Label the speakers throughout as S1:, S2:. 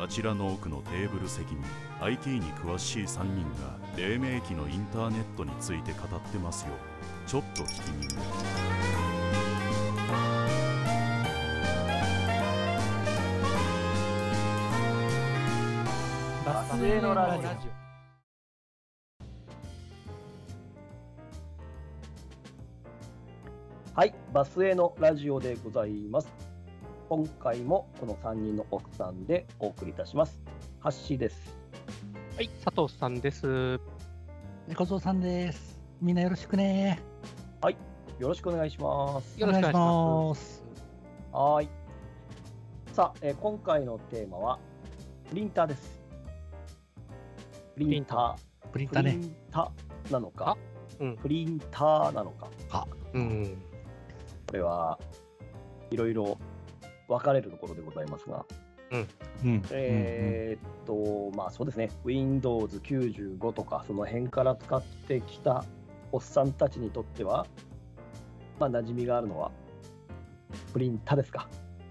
S1: あちらの奥のテーブル席に IT に詳しい3人が黎明期のインターネットについて語ってますよちょっと聞きに
S2: バ
S3: スへのラジオ
S2: はい、バスへのラジオでございます。今回もこの3人の奥さんでお送りいたします。ハッシーです。
S3: はい、佐藤さんです。
S4: 猫蔵さんです。みんなよろしくね。。
S2: よろしくお願いします。
S3: よろしくお願いします
S2: はーい。さあ、えー今回のテーマはプリンターです。プリンタ
S4: プリン
S2: ー、
S4: ター
S2: プリ
S4: ね。
S2: ンターなのか、
S3: うん、
S2: プリンターなのか、
S3: うん、
S2: これはいろいろ分かれるところでございますが、
S4: うん。
S2: えーっと、まあそうですね、Windows95 とか、その辺から使ってきたおっさんたちにとっては、まあ馴染みがあるのは、プリンタですか、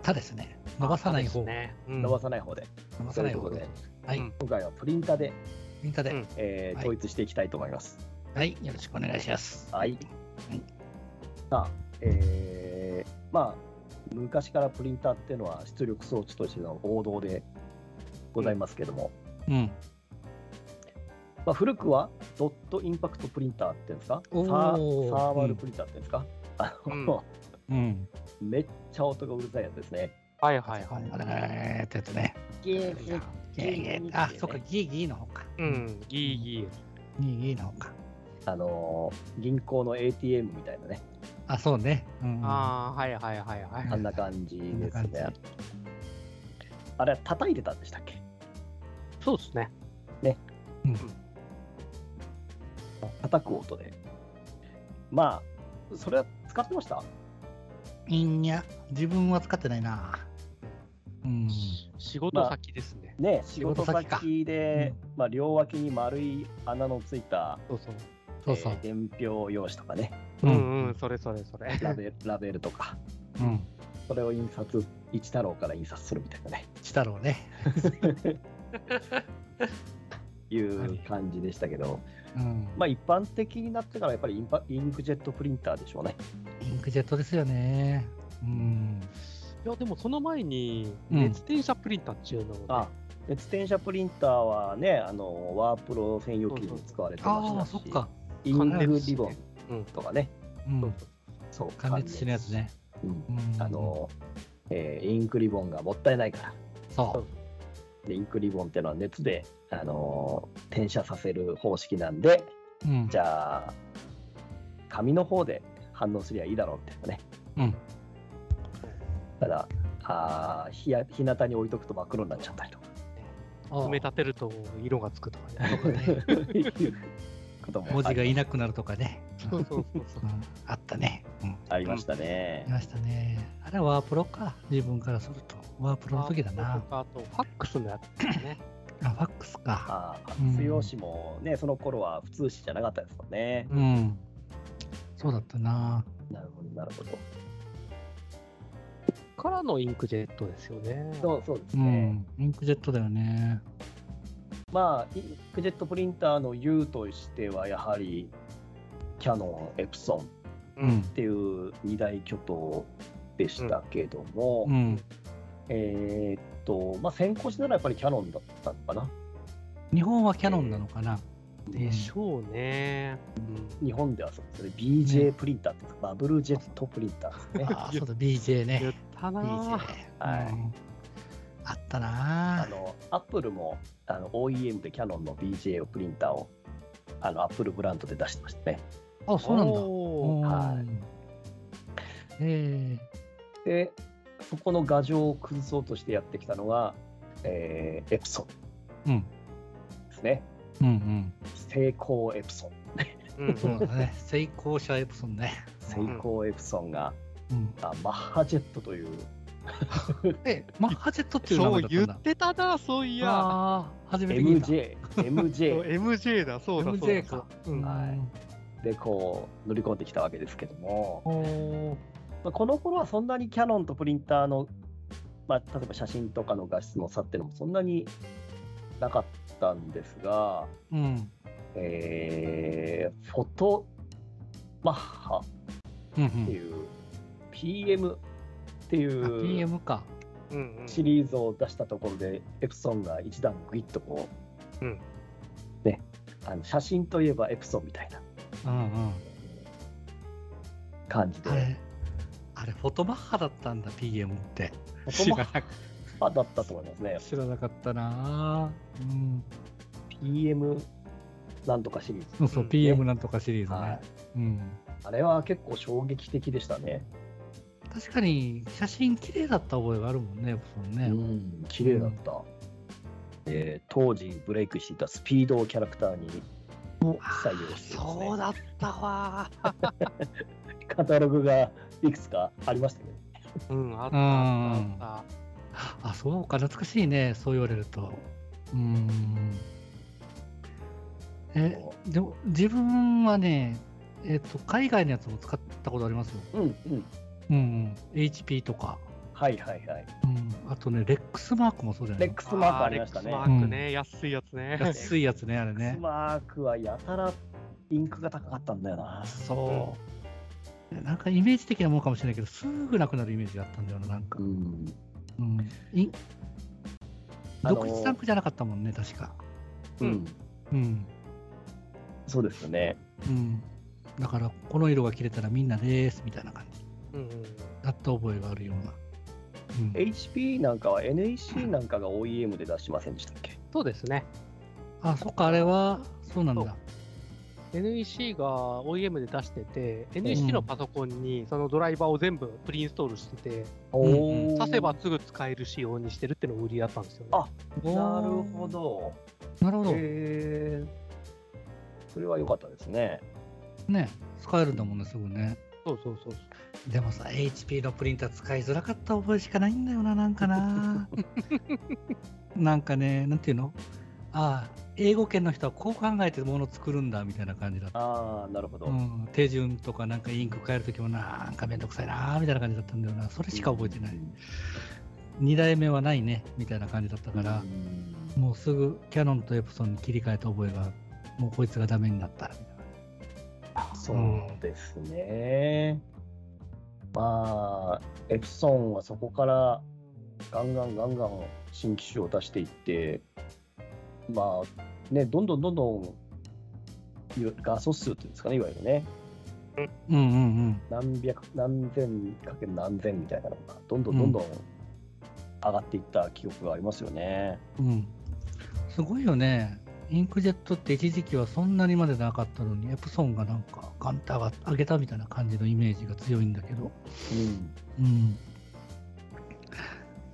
S4: たですね。伸ばさない
S3: そう
S4: 方、
S3: ですね。うん
S2: 伸ばさない方で。
S4: 伸ば
S2: と
S4: さ
S2: い
S4: な
S2: う
S4: い
S2: こ
S4: 方
S2: とで
S4: で。、はい、
S3: うん
S2: 今回はプリンタで、
S4: プリンターで、
S3: うん
S2: えー
S4: はい
S2: 統一していきたいと思います。
S4: はい、よろしくお願いします。
S2: はい。
S4: はい
S2: さあ、えーまあ、昔からプリンターっていうのは出力装置としての王道でございますけども、
S4: うん。
S2: まあ、古くはドットインパクトプリンターっていうんですか、サ
S4: お
S2: ー
S4: ー
S2: サーバルプリンターっていうんですか、あの
S4: うん。
S2: めっちゃ音がうるさいやつですね。
S3: はいはい
S4: は、
S3: はいい。
S4: あれねってやつね。
S2: ゲ
S3: ーゲー
S4: ギーギーあ、そっか、ギーギーの方か。
S3: うん、いいいい。
S4: ギーギーの方か。
S2: あのー銀行の ATM みたいなね、
S4: あ、そうね。うん。
S3: ああ、はいはいはいはい。
S2: あんな感じ
S4: こんな
S2: です
S4: 感じ
S2: ね。あれは叩いてたんでしたっけ
S3: そうですね。
S2: 叩く音で。まあ、それは使ってました
S4: いんや、自分は使ってないな。うん。
S3: 仕事先ですね。
S2: ねえ仕
S4: 仕
S2: 事
S4: 事先か
S2: 先で、まあ、両脇に丸い穴のついた、
S3: そうそう。
S4: そうそ
S2: えー
S4: う。
S2: 伝票用紙とかね、
S3: う。んうん、それそれそれ。
S2: ラベラベルとか、
S4: うん。
S2: それを印刷、一太郎から印刷するみたいなね、
S4: チタロウね。
S2: いう感じでしたけど、
S4: うん。
S2: まあ、一般的になってからやっぱりインパインクジェットプリンターでしょうね。
S4: インクジェットですよね。うん。
S3: いや、でもその前に、
S4: うん
S3: 熱転写プリンターっていうのをね
S2: あで自転車プリンターはね、あのワープロ専用機に使われてまし
S4: あ
S2: た
S4: あ、
S2: し、
S4: そっか。
S2: イングリボンとかね、
S4: うん。
S2: そう
S4: 感熱紙のやつ、ね。
S2: 関連うん
S4: うん
S2: あ、のえーインクリボンがもったいないから、
S4: そ
S2: でインクリボンっていうのは熱で、あのー転写させる方式なんで、
S4: う。うん。
S2: じゃあ、紙の方で反応すりゃいいだろうみたいなね。
S4: うん。
S2: ただ、あーひや日向に置いとくと真っ黒になっちゃったりとか、
S3: 埋め立てると色がつくとかね。
S4: そうね
S2: いうことも
S4: 文字が
S2: あ
S4: いなくなるとかね。
S3: そうそうそうそう
S4: う。んあったね。うん。
S2: ありましたね
S4: い。ましたね。あれはワープロか。自分からすると。ワープロの時だな。
S3: あと、ファックスのやつですね。
S4: あ、ファックスか。
S2: ああ、
S4: うん
S2: 発用紙もね、その頃は普通紙じゃなかったですもんね。
S4: うん。そうだったな。
S2: なるほど、なるほど。
S3: からのインクジェットですよね。
S2: そうそうです
S4: う
S2: ね。
S4: ん。インクジェットだよね。
S2: まあ、インクジェットプリンターの U としては、やはり、キャノン、エプソンっ
S4: うん。
S2: ていう二大巨頭でしたけども、
S4: うん。
S2: えーっと、まあ、先行してたらやっぱりキャノンだったのかな。
S4: 日本はキャノンなのかな。
S3: でしょうね。うん
S2: 日本ではそうですね、BJ プリンターっていうか、バブルジェットプリンターですね。
S4: ああ、そうだ。BJ
S3: 言
S4: ね
S3: っ。たなぁ
S4: BJ。
S2: はい
S4: うんあった
S2: あ
S4: な。
S2: の、アップルもあの OEM でキャノンの BJ をプリンターをあのアップルブランドで出してましたね。
S4: あ、そうなんだ。
S3: おー
S2: はい
S4: い。え
S2: で、そこの牙城を崩そうとしてやってきたのが、えーエプソ
S4: えうん。
S2: ンですね。
S4: うんうん。
S2: 成功エプソン。
S3: うん
S4: そうだね。成功者エプソンね。
S2: 成功エプソンが、
S4: うん。
S2: あマッハジェットという、
S4: え、マッハジェットっていう名
S3: そう
S4: 前だったん
S3: 言
S4: だ。
S3: ってたな、そういや。
S4: ああ、初めて聞いた。
S2: MJ、MJ
S3: MJ だ、そうだ、そうだ
S4: MJ か。
S3: うん
S2: はいでこう乗り込んできたわけですけども、
S4: おー
S2: まあ、この頃はそんなにキャノンとプリンターの、ままあ、例えば写真とかの画質の差っていうのもそんなになかったんですが、
S4: うん。
S2: えーフォトマッハ
S4: うんう
S2: って
S4: ん。
S2: いう PM ってい
S4: あ
S2: う
S4: PM か。
S3: うんうん
S2: シリーズを出したところでエプソンが一段グイッとこう、
S3: うん
S2: ね、あの写真といえばエプソンみたいな
S4: うんうん。
S2: 感じで、
S4: あれ、あれ、フォトマッハだったんだ、PM って。
S2: フォ
S3: 知
S2: ト
S3: ら
S2: マ
S3: な
S2: ッ
S3: かっ
S2: ハだったと思いますね
S4: 知らなかったなぁ。うん。
S2: PM なんとかシリーズ、
S4: そうそう、
S3: うん
S4: PM なんとかシリーズね。
S2: はい
S4: うん。
S2: あれは結構衝撃的でしたね、
S4: 確かに写真綺麗だった覚えがあるもんね、そのね。
S2: うん綺麗だった、えー当時ブレイクしていたスピードをキャラクターにも採用していますね
S4: そうだったわ
S2: カタログがいくつかありましたけど
S3: た。うん、あったあったあっ
S4: ー。あ、そうか、懐かしいね、そう言われると。うーん。え、でも自分はね、えっ、と、海外のやつも使ったことありますよ。
S2: うんうん
S4: うん、うん。HP とか。
S2: はいはいはい
S4: うん。あとね、レックスマークもそうだよ
S2: レッ
S4: ね。
S2: ク
S3: た。
S2: スマークあり
S3: レッ
S2: ま
S3: ク
S2: した
S3: ス
S2: ね
S3: マークね、安いやつね。
S4: 安いやつね、あれ
S2: レック
S4: ね
S2: ス。マークはやたらインクが高かったんだよな
S4: そう。なんかイメージ的なものかもしれないけど、すぐなくなるイメージがあったんだよな、なんか。
S2: ん
S4: うん、い
S2: あの
S4: 独立タンクじゃなかったもんね、確か。
S2: う
S3: うんん
S4: うん。
S2: そうですよね
S4: うん。だから、この色が切れたらみんなですみたいな感じ
S3: うんうん
S4: だった覚えがあるような。うん、
S2: HP なんかは NEC なんかが OEM で出してませんでしたっけ
S3: そうですね。
S4: あ、そっか、あれは、そうなん
S3: そ
S4: だ
S3: う。NEC が OEM で出してて、NEC のパソコンにそのドライバーを全部プリインストールしてて、
S4: うん
S2: おー
S3: 挿せばすぐ使える仕様にしてるってのが売りだったんですよね。
S2: あなるほ。ど
S4: なるほど。
S2: えそれは良かったですね
S4: ね、使えるんだもんね、すぐね。
S3: そうそうそうそう。
S4: でもさ、HP のプリンター使いづらかった覚えしかないんだよな、なん かな。なんかね、なんていうのああ、英語圏の人はこう考えてものを作るんだみたいな感じだった。
S2: ああなるほど、
S4: うん、手順とかなんかインク変えるときもなんかめんどくさいなーみたいな感じだったんだよなそれしか覚えてない、2代目はないねみたいな感じだった
S2: う
S4: か
S2: ん
S4: ら、もうすぐキャノンとエプソンに切り替えた覚えがもうこいつがダメになったらみたいな
S2: そうですね。まあ、エプソンはそこからガンガンガンガン新機種を出していって、まあ、ね、どんどんどんどんいわ画素数っていうんですかね、いわゆるね、
S4: うんうんうん
S2: 何百、何千かける何千みたいなのが、どんどんどんどん上がっていった記憶がありますよね。
S4: うんすごいよねインクジェットって一時期はそんなにまでなかったのにエプソンがなんかガンタが上げたみたいな感じのイメージが強いんだけど
S2: うん、
S4: うん、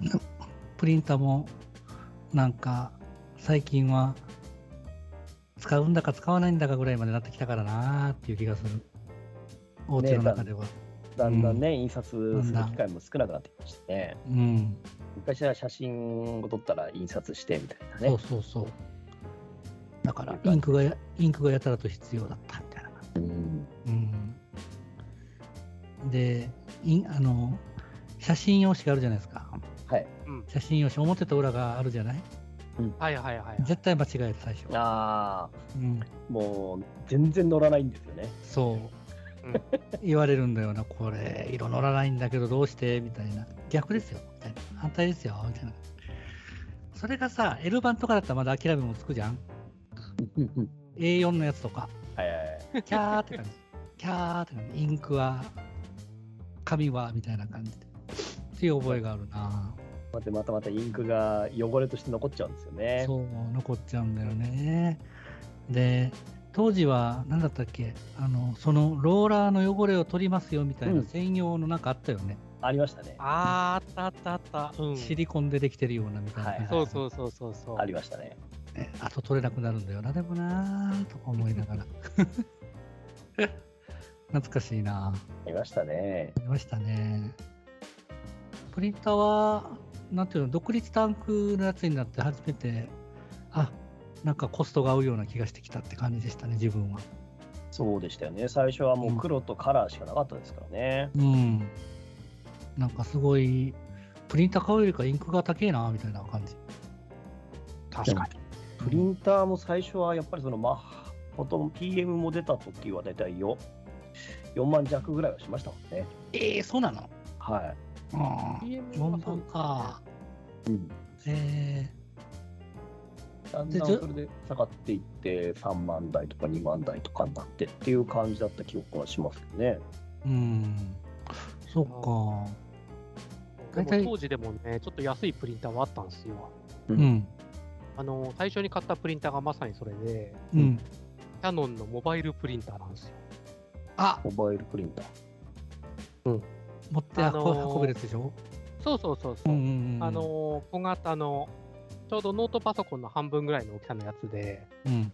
S4: なプリンターもなんか最近は使うんだか使わないんだかぐらいまでなってきたからなーっていう気がする大手の中では、
S2: だんだんね、印刷する機会も少なくなってきましたね。
S4: うん
S2: 昔は写真を撮ったら印刷してみたいなね。
S4: そうそうそうだから
S2: っていう感じ
S4: インクがやインクがやたらと必要だったみたいな
S2: うん
S4: うんでインあの写真用紙があるじゃないですか
S2: はい。
S4: 写真用紙表と裏があるじゃない
S3: はいはいはい。
S4: 絶対間違える最初、
S2: ああ、
S4: うん、
S2: もう全然乗らないんですよね。
S4: そう、
S3: うん
S4: 言われるんだよなこれ色乗らないんだけどどうしてみたいな逆ですよみたいな反対ですよみたいなそれがさ L 版とかだったらまだ諦めもつくじゃん A4 のやつとか
S2: はいはいはい。
S4: キャーって感じキャーって感じインクは紙はみたいな感じでっていう覚えがあるな
S2: またまたまたインクが汚れとして残っちゃうんですよね。
S4: そう残っちゃうんだよねで当時は何だったっけあのそのローラーの汚れを取りますよみたいな専用のなんかあったよね、
S2: ありましたね。
S3: あーあったあったあった。うん。
S4: シリコンでできてるようなみたいな感じ、
S3: そうそうそうそうそう。
S2: ありましたね。
S4: ねあと取れなくなるんだよなでもなーとか思いながら懐かしいな
S2: ありましたね。
S4: ありましたねプリンターはなんていうの独立タンクのやつになって初めてあなんかコストが合うような気がしてきたって感じでしたね自分は
S2: そうでしたよね。最初はもう黒とカラーしかなかったですからね。
S4: うんなんかすごいプリンター買うよりかインクが高えなみたいな感じ。
S3: 確かに。
S2: プリンターも最初はやっぱりそのマッほとんど PM も出た時は大体よ4万弱ぐらいはしましたもんね。
S4: ええそうなの
S2: は
S4: うん。
S3: PM
S4: 4番か。
S2: い。うん、
S4: え
S2: だん
S4: で
S2: だん
S4: ちょ
S2: それで下がっていって3万台とか2万台とかになってっていう感じだった記憶がしますけどね。
S4: えうん。そっか。
S3: で
S4: 大体
S3: も当時でもね、ちょっと安いプリンターはあったんですよ。
S2: う
S4: うん。
S3: あの、最初に買ったプリンターがまさにそれで、
S4: うん。
S3: キャノンのモバイルプリンターなんですよ。
S4: あ
S2: モバイルプリンター。
S4: 持って
S3: あ
S4: 運
S3: のー
S4: 運べるやつでしょ
S3: そうそうそう
S4: う
S3: そう。
S4: んうんうん。
S3: あのー小型の、ちょうどノートパソコンの半分ぐらいの大きさのやつで、
S4: うん。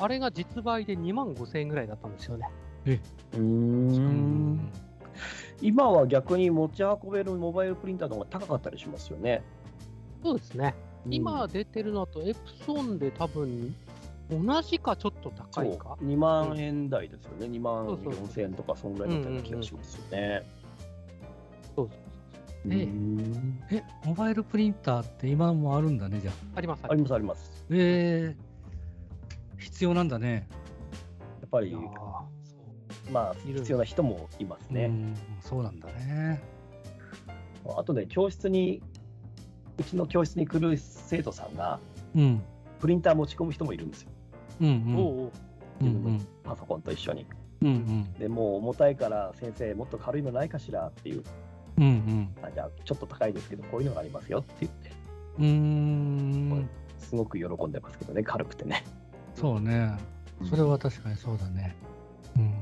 S3: あれが実売で2万5000円ぐらいだったんですよね。
S2: うーん今は逆に持ち運べるモバイルプリンターの方が高かったりしますよね。
S3: そうですね。今
S2: うん
S3: 出てるのだと、エプソンで多分、同じかちょっと高いか
S2: そう。2万円台ですよね、2万
S3: そうそう
S2: 4000円とか、そんぐらいだったような気がしますよね。
S3: そうそうそうで
S2: うん
S4: え、モバイルプリンターって今もあるんだね、じゃあ。
S3: あります、
S2: あります、あります。
S4: ええ必要なんだね。
S2: やっぱり
S3: いや、ーそう
S2: まあ、
S3: いる
S2: 必要な人もいます
S4: う
S2: ね。
S4: ん、そうなんだね。
S2: あとね、教室に、うちの教室に来る生徒さんが、
S4: うん。
S2: プリンター持ち込む人もいるんですよ、
S4: うんうん。
S3: おう
S4: うん
S3: おう
S4: う
S2: 自分
S4: ん
S2: のパソコンと一緒に。
S4: うんうん
S2: でもう重たいから、先生、もっと軽いのないかしらっていう、
S4: うん
S2: あじゃあ、ちょっと高いですけど、こういうのがありますよって言って、
S4: うん。うーん。
S2: すごく喜んでますけどね、軽くてね。
S4: そうね。それは確かにそうだね。うん。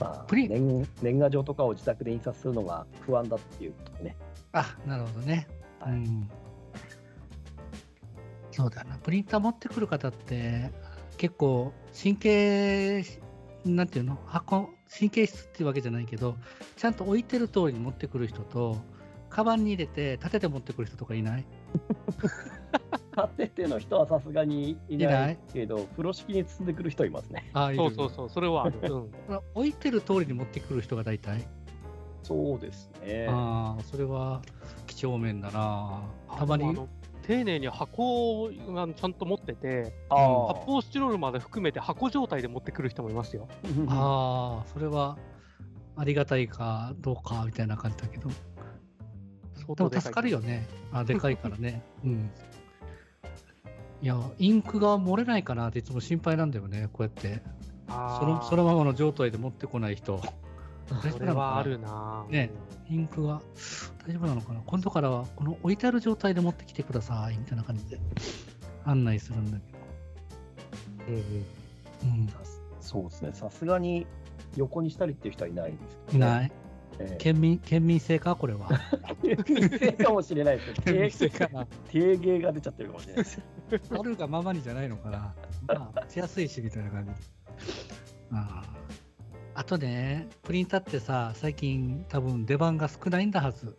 S2: まあ、
S4: プリン
S2: 年年賀状とかを自宅で印刷するのが不安だっていうことね。
S4: あ、なるほどね。
S2: はい
S4: うん。そうだな。プリンター持ってくる方って、結構、神経、なんていうの箱、神経質っていうわけじゃないけど、ちゃんと置いてる通りに持ってくる人と、カバンに入れて立てて持ってくる人とかいない
S2: 買ってっていうの人はさすがにい
S4: い
S2: な
S4: ないい
S2: けど、風呂敷に包んでくる人いますね。
S4: ああいる
S3: そうそうそう、それは ある。うん。
S4: ほら置いてる通りに持ってくる人が大体、
S2: そうですね。
S4: ああそれは几帳面だなたまに
S3: あの丁寧に箱をあのちゃんと持ってて、
S2: あ
S3: 発泡スチロールまで含めて箱状態で持ってくる人もいますよ。
S2: あ
S4: ああそれはありがたいかどうかみたいな感じだけど
S3: 相
S4: で
S3: 当
S4: も
S3: でい
S4: 助かるよ。ねあでかいから ねうんいやインクが漏れないかなっていつも心配なんだよねこうやって
S3: あー
S4: そのそのままの状態で持ってこない 人大丈
S3: そ
S4: 夫
S3: れ
S4: なのかな
S3: はあるな。
S4: ねインクが大丈夫なのかな今度からはこの置いてある状態で持ってきてくださいみたいな感 じで案内するんだけど、
S3: うんうん
S4: うん、
S2: そうですね。さすがに横にしたりっていう人はいないですけ
S4: い
S2: どね、
S4: ない。
S2: ええ
S4: 県民、県民性か、こ れは。
S2: 店かもしれないですけど、定
S4: かな。
S2: 定芸が出ちゃってるかもしれないです。
S4: あるがままにじゃないのかな。まあ、しやすいし、みたいな感じ。あああとね、プリンターってさ、最近多分出番が少ないんだはず。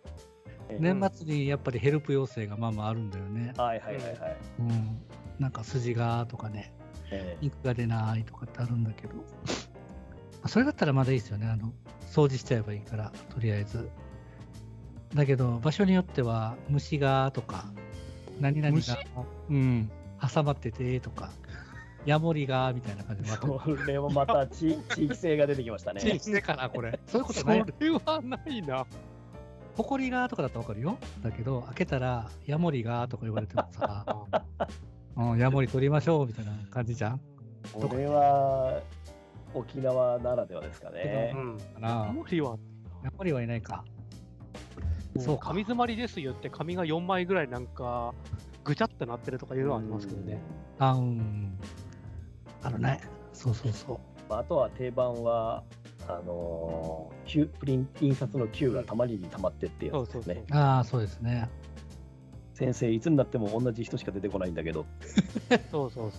S2: ええ
S4: 年末にやっぱりヘルプ要請がまあまああるんだよね。
S2: はいはいはいはい。
S4: うん。なんか筋がとかね。
S2: ええ
S4: インクが出ないとかってあるんだけど、まあそれだったらまだいいですよね。あの、掃除しちゃえばいいから、とりあえず。だけど、場所によっては、虫がとか、何々
S3: 虫
S4: が、うん、挟まっててとか、ヤモリがみたいな感じで、また、
S2: これはまた地地域性が出てきましたね。
S4: 地域性かな、これ。そういうこと
S3: そ
S4: ない。
S3: れはないな。
S4: ホコリがとかだったらわかるよ。だけど、開けたら、ヤモリがとか言われても さ、うん、ヤモリ取りましょうみたいな感じじゃん。
S2: これは沖縄ならではですかね。
S3: うん。
S4: かな
S3: 無理は。
S4: ヤモリはいないか。そうか
S3: 紙詰まりですよって紙が4枚ぐらいなんかぐちゃってなってるとかいうのはありますけどね。
S4: あ、うん。あるね。そうそうそう。
S2: まあ、あとは定番は、あのー、旧プリン印刷の Q がたまりにたまってっていうやつですね。
S3: そうそう
S4: ああ、そうですね。
S2: 先生、いつになっても同じ人しか出てこないんだけど、
S3: そうそうそう。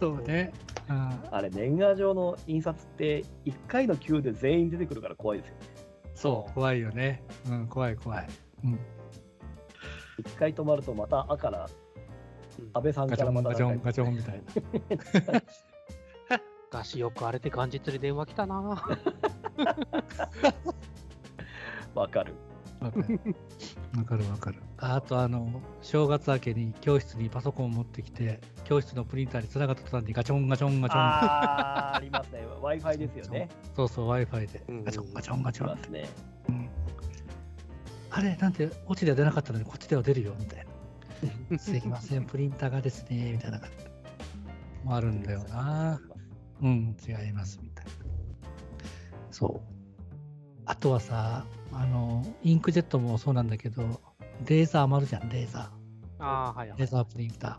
S4: そうね。あ
S2: あれ、年賀状の印刷って、1回の Q で全員出てくるから怖いですよ。
S4: そう。怖いよね。うん、怖い怖い。うん。
S2: 1回止まると、また、あから、安倍さん
S4: ガ
S2: か
S4: チ
S2: ら
S4: ョ
S2: ま
S4: ン
S2: た
S4: ガチョ
S2: 何
S4: ン
S2: 回
S4: ガチョンみたいな。
S3: 昔よくあれ で元日に電話来たな。
S2: わかる。
S4: わかるわかるわかるああとあの正月明けに教室にパソコンを持ってきて教室のプリンターにつながった途端にガチョンガチョンガチョン
S2: あーありますね。Wi-Fi ですよね。
S4: そうそう w i f i で
S3: うん
S4: ガチョンガチョンガチ
S2: あり
S4: ョ
S2: ま
S4: ン
S2: すね。
S4: あれなんて落ちでは出なかったのにこっちでは出るよみたいなすいませ んプリンターがですねみたいなもあるんだよなうん、違いますみたいな。そう。あとはさ、あの、インクジェットもそうなんだけど、レーザー余るじゃん、レーザ
S3: ああ、はいは
S4: ー。レー
S3: い。
S4: ザープリンタ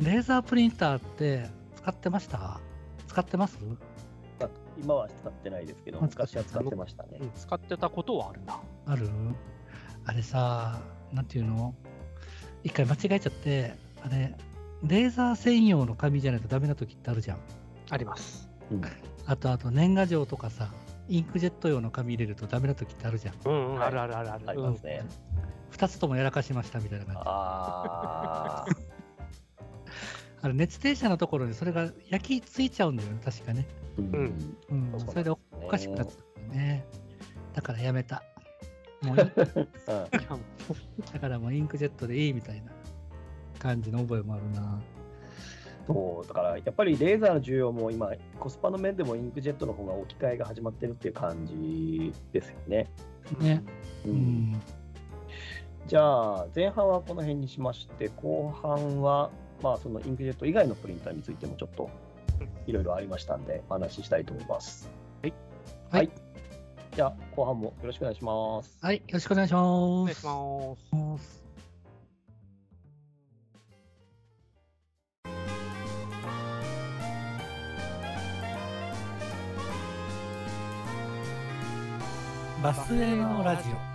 S4: ー。レーザープリンターって使ってました使ってます
S2: 今は使ってないですけど、
S4: あ使っ
S2: 昔は使ってましたね
S3: う。ん使ってたことはあるな。
S4: あるあれさ、なんていうの一回間違えちゃって、あれ、レーザー専用の紙じゃないとダメな時ってあるじゃん。
S3: あります。
S4: あとあと年賀状とかさ、インクジェット用の紙入れるとダメな時ってあるじゃん。
S3: うん、うん、
S2: はい
S3: あるあるあるある。
S2: ありますね。
S4: 2つともやらかしましたみたいな感じ。
S2: ああ、
S4: あの熱停車のところにそれが焼き付いちゃうんだよね、確かね。
S2: う
S3: うん。
S4: うん、
S2: そうなんですね
S4: それでおかしくなっちゃうんだよね。だからやめた。もういい
S2: うん
S3: うんいやも
S4: だからもうインクジェットでいいみたいな感じの覚えもあるな。
S2: そうだからやっぱりレーザーの需要も今コスパの面でもインクジェットの方が置き換えが始まってるっていう感じですよね。
S3: う
S4: ね。
S2: う
S4: うんん。
S2: じゃあ前半はこの辺にしまして後半はまあそのインクジェット以外のプリンターについてもちょっといろいろありましたんでお話ししたいと思います。
S3: はい、
S2: はい、じゃあ後半もよろしくお願いします。
S4: はい、よろしくお願いしま
S3: お願い
S4: す。
S3: します。
S4: ます。バスへのラジオ。